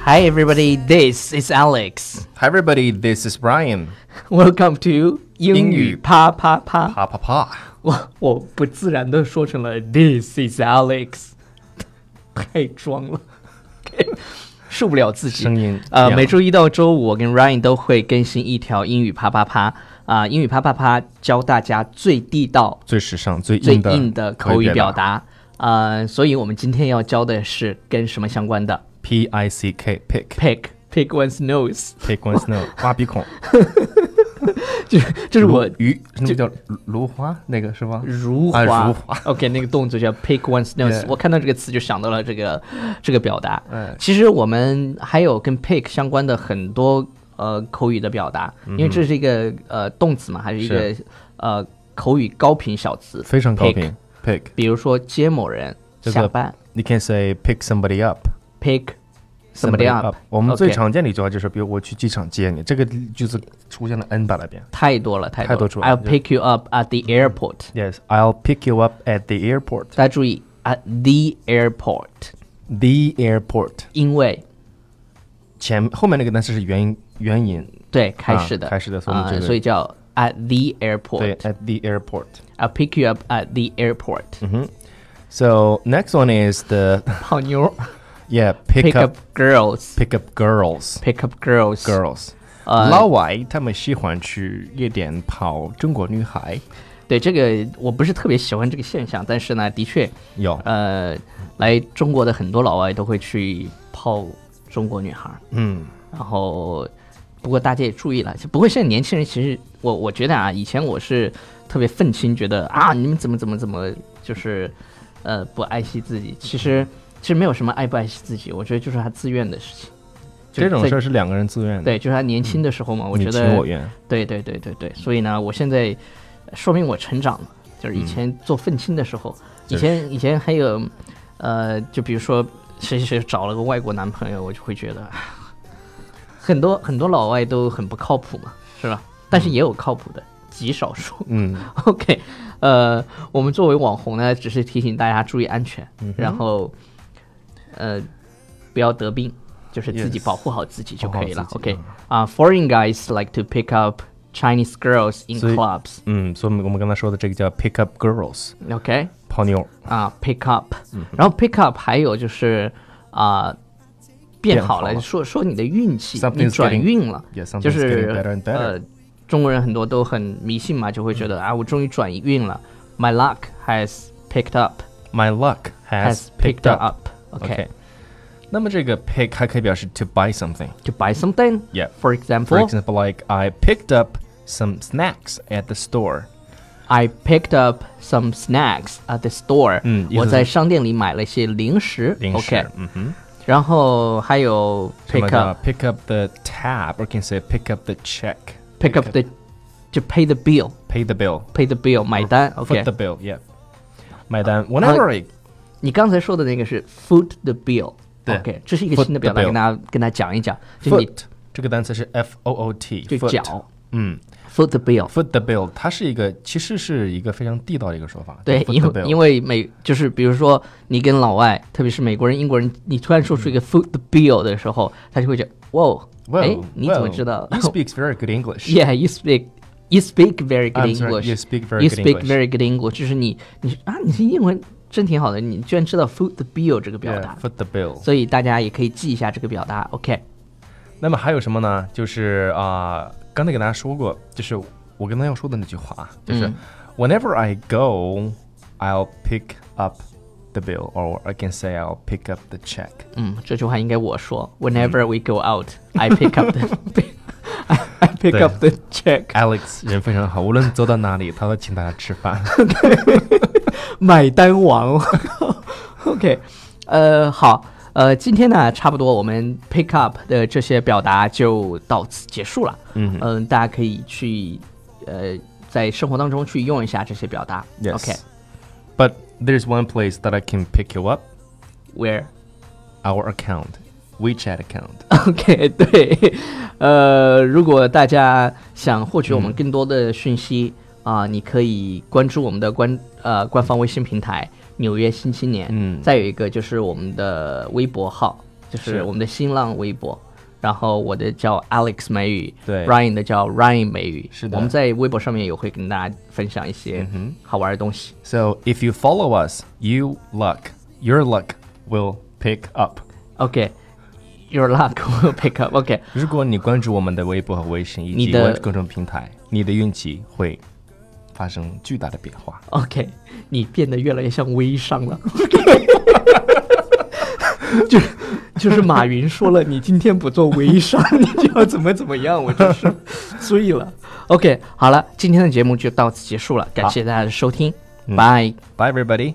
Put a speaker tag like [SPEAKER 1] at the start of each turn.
[SPEAKER 1] Hi everybody, this is Alex.
[SPEAKER 2] Hi everybody, this is Brian.
[SPEAKER 1] Welcome to 英
[SPEAKER 2] 英
[SPEAKER 1] 语
[SPEAKER 2] 语
[SPEAKER 1] 啪啪啪。
[SPEAKER 2] 啪啪啪！
[SPEAKER 1] 我我不自然的说成了 This is Alex，太装了，受不了自己。
[SPEAKER 2] 声音
[SPEAKER 1] 呃，
[SPEAKER 2] 一样
[SPEAKER 1] 每周一到周五，我跟 Ryan 都会更新一条英语啪啪啪啊、英语啪啪啪教大家最地道、
[SPEAKER 2] 最时尚、最
[SPEAKER 1] 最
[SPEAKER 2] 硬的
[SPEAKER 1] 硬的口语表达。呃，所以我们今天要教的是跟什么相关的
[SPEAKER 2] ，P I C K pick
[SPEAKER 1] ？Pick pick one's nose，
[SPEAKER 2] pick one's nose，挖鼻孔。
[SPEAKER 1] 就是这是我
[SPEAKER 2] 鱼，那个叫芦芦花，那个是吗？
[SPEAKER 1] 如滑,、
[SPEAKER 2] 啊如滑
[SPEAKER 1] OK，那个动作叫 pick one's nose。
[SPEAKER 2] Yeah
[SPEAKER 1] 我看到这个词就想到了这个这个表达。
[SPEAKER 2] 哎
[SPEAKER 1] 其实我们还有跟 pick 相关的很多呃口语的表达，
[SPEAKER 2] 嗯
[SPEAKER 1] 因为这是一个呃动词嘛，还是一个呃口语高频小词，
[SPEAKER 2] 非常高
[SPEAKER 1] pick。
[SPEAKER 2] 频。Pick，
[SPEAKER 1] 比如说接某人
[SPEAKER 2] 这个
[SPEAKER 1] 下班
[SPEAKER 2] 你 can say pick somebody up。
[SPEAKER 1] pick somebody up，
[SPEAKER 2] 我们最
[SPEAKER 1] OK
[SPEAKER 2] 常见的一句话就是，比如我去机场接你，这个句子出现了 N 百来遍。
[SPEAKER 1] 太多了，太
[SPEAKER 2] 太多
[SPEAKER 1] 多
[SPEAKER 2] 出来了
[SPEAKER 1] I'll pick you up at the airport。
[SPEAKER 2] Yes, I'll pick you up at the airport.
[SPEAKER 1] 大家注意，at the airport，
[SPEAKER 2] The airport
[SPEAKER 1] 因为
[SPEAKER 2] 前后面那个单词是元音元音，
[SPEAKER 1] 对开始的、
[SPEAKER 2] 啊开始的所以
[SPEAKER 1] 啊
[SPEAKER 2] 这个
[SPEAKER 1] 所以叫 at the airport。
[SPEAKER 2] 对，at the airport。
[SPEAKER 1] I'll pick you up at the airport.
[SPEAKER 2] 嗯 So next one is the
[SPEAKER 1] 泡妞
[SPEAKER 2] yeah pick,
[SPEAKER 1] ，pick
[SPEAKER 2] up
[SPEAKER 1] up girls,
[SPEAKER 2] pick up girls
[SPEAKER 1] pick up girls.
[SPEAKER 2] girls。
[SPEAKER 1] 呃
[SPEAKER 2] 老外他们喜欢去夜店泡中国女孩，
[SPEAKER 1] 对这个我不是特别喜欢这个现象，但是呢，的确，
[SPEAKER 2] 有
[SPEAKER 1] 呃，来中国的很多老外都会去泡中国女孩。
[SPEAKER 2] 嗯，
[SPEAKER 1] 然后，不过大家也注意了，不过现在年轻人其实我我觉得啊，以前我是特别愤青，觉得啊你们怎么怎么怎么就是呃不爱惜自己，其实其实没有什么爱不爱惜自己，我觉得就是他自愿的事情。就
[SPEAKER 2] 这种
[SPEAKER 1] 在
[SPEAKER 2] 事儿是两个人自愿的，
[SPEAKER 1] 对，就是他年轻的时候嘛，我
[SPEAKER 2] 你
[SPEAKER 1] 觉
[SPEAKER 2] 情
[SPEAKER 1] 得
[SPEAKER 2] 我愿。
[SPEAKER 1] 对对对对对，所以呢，我现在说明我成长了，就是
[SPEAKER 2] 嗯
[SPEAKER 1] 以前做愤青的时候，以
[SPEAKER 2] 就
[SPEAKER 1] 前以前还有呃，就比如说谁谁谁找了个外国男朋友，我就会觉得啊很多很多老外都很不靠谱嘛，是吧？但是也有靠谱的，极少数。
[SPEAKER 2] 嗯，
[SPEAKER 1] OK，呃，我们作为网红呢，只是提醒大家注意安全，
[SPEAKER 2] 嗯
[SPEAKER 1] 然后呃，不要得病，就是自己
[SPEAKER 2] Yes，
[SPEAKER 1] 保护好自己就可以了
[SPEAKER 2] 保。护好自己嗯
[SPEAKER 1] OK，啊、f o r e i g n guys like to pick up Chinese girls in
[SPEAKER 2] 所以
[SPEAKER 1] clubs。
[SPEAKER 2] 嗯，所以我们刚才说的这个叫 pick up girls，
[SPEAKER 1] OK，
[SPEAKER 2] 泡妞
[SPEAKER 1] 啊、p i c k Uh, up，、然后
[SPEAKER 2] Mm-hmm.
[SPEAKER 1] pick up 还有就是啊、变
[SPEAKER 2] 变
[SPEAKER 1] 好了，
[SPEAKER 2] 好了
[SPEAKER 1] 说说你的运气，你
[SPEAKER 2] Something's
[SPEAKER 1] 转
[SPEAKER 2] getting-
[SPEAKER 1] 运了
[SPEAKER 2] Yeah, something's
[SPEAKER 1] 就是
[SPEAKER 2] getting better and better. Mm-hmm.
[SPEAKER 1] 呃，中国人很多都很迷信嘛，就会觉得、啊，我终于转运了，My luck has picked up。
[SPEAKER 2] ，my luck
[SPEAKER 1] has
[SPEAKER 2] has
[SPEAKER 1] picked
[SPEAKER 2] picked up。
[SPEAKER 1] up. Okay.
[SPEAKER 2] OK，那么这个 pick 还可以表示 to buy something。
[SPEAKER 1] To buy something.
[SPEAKER 2] Yeah.
[SPEAKER 1] For example,
[SPEAKER 2] For example, like I picked up some snacks at the store.
[SPEAKER 1] I picked up some snacks at the store.
[SPEAKER 2] 嗯
[SPEAKER 1] 我
[SPEAKER 2] 意思是
[SPEAKER 1] 在商店里买了一些零食。
[SPEAKER 2] 零食 Mm-hmm.
[SPEAKER 1] OK，
[SPEAKER 2] 嗯哼。
[SPEAKER 1] 然后还有
[SPEAKER 2] 什么
[SPEAKER 1] pick
[SPEAKER 2] 叫
[SPEAKER 1] up
[SPEAKER 2] pick up the tab or can say pick up the check
[SPEAKER 1] pick up the 就 pay the bill
[SPEAKER 2] pay the bill
[SPEAKER 1] pay the bill 买单。OK，
[SPEAKER 2] 哦 foot the bill yeah 买单 whenever I
[SPEAKER 1] 你刚才说的那个是 foot the bill。
[SPEAKER 2] 对
[SPEAKER 1] OK，这是一个
[SPEAKER 2] foot
[SPEAKER 1] 新的表达，
[SPEAKER 2] the bill
[SPEAKER 1] 跟大家跟大家讲一讲，就你
[SPEAKER 2] foot 这个单词是 f o o t
[SPEAKER 1] 就
[SPEAKER 2] foot
[SPEAKER 1] 脚
[SPEAKER 2] 嗯
[SPEAKER 1] foot the bill。
[SPEAKER 2] foot the bill 它是一个其实是一个非常地道的一个说法
[SPEAKER 1] 对，
[SPEAKER 2] foot
[SPEAKER 1] 因
[SPEAKER 2] the
[SPEAKER 1] 为
[SPEAKER 2] bill
[SPEAKER 1] 因为美就是比如说你跟老外，特别是美国人、英国人，你突然说出一个 foot the bill 的时候，他就会觉得哇，
[SPEAKER 2] Well,
[SPEAKER 1] 哎，你怎么
[SPEAKER 2] well,
[SPEAKER 1] 知道
[SPEAKER 2] you speaks very good English
[SPEAKER 1] ？Yeah, you speak. You speak very good
[SPEAKER 2] I'm sorry,
[SPEAKER 1] English.
[SPEAKER 2] you speak very
[SPEAKER 1] You
[SPEAKER 2] good
[SPEAKER 1] speak
[SPEAKER 2] English.
[SPEAKER 1] very good English. 就是你，你啊，你这英文真挺好的，你居然知道 foot the bill 这个表
[SPEAKER 2] Yeah,
[SPEAKER 1] 达，
[SPEAKER 2] foot the bill
[SPEAKER 1] 所以大家也可以记一下这个表达。OK，
[SPEAKER 2] 那么还有什么呢？就是啊、刚才给大家说过，就是我刚才要说的那句话，就是、Whenever I go, I'll pick up the bill, or I can say I'll pick up the check。
[SPEAKER 1] 嗯，这句话应该我说。Whenever
[SPEAKER 2] Mm。
[SPEAKER 1] we go out, I pick up the, I I pick
[SPEAKER 2] 对
[SPEAKER 1] up the check.
[SPEAKER 2] Alex 人非常好，无论走到哪里，他都请大家吃饭。
[SPEAKER 1] 买单王。OK，呃，好，呃，今天呢，差不多我们 pick up 的这些表达就到此结束了。嗯大家可以去呃，在生活当中去用一下这些表达。
[SPEAKER 2] Yes.
[SPEAKER 1] OK，where、
[SPEAKER 2] But there's one place that I can pick you up, our account, WeChat account.
[SPEAKER 1] OK，对，呃，如果大家想获取我
[SPEAKER 2] 嗯
[SPEAKER 1] 们更多的讯息啊、你可以关注我们的官呃官方微信平台《纽约新青年》，
[SPEAKER 2] 嗯
[SPEAKER 1] 再有一个就是我们的微博号就是
[SPEAKER 2] 是
[SPEAKER 1] 我们的新浪微博。然后我的叫 Alex 美语，
[SPEAKER 2] 对
[SPEAKER 1] ，Ryan 的叫 Ryan 美语，
[SPEAKER 2] 是的嗯
[SPEAKER 1] 我们在微博上面也会跟大家分享一些好玩的东西。
[SPEAKER 2] So if you follow us, you luck, your luck will pick up.
[SPEAKER 1] OK，your、luck will pick up。OK，
[SPEAKER 2] 如果你关注我们的微博和微信以
[SPEAKER 1] 你
[SPEAKER 2] 及
[SPEAKER 1] 的
[SPEAKER 2] 关注各种平台，你的运气会发生巨大的变化。
[SPEAKER 1] OK，你变得越来越像微商了。 就就是马云说了，你今天不做微商，你就要怎么怎么样，我真是醉了。OK，好了，今天的节目就到此结束了，感谢大家的收听，拜。嗯
[SPEAKER 2] Bye everybody.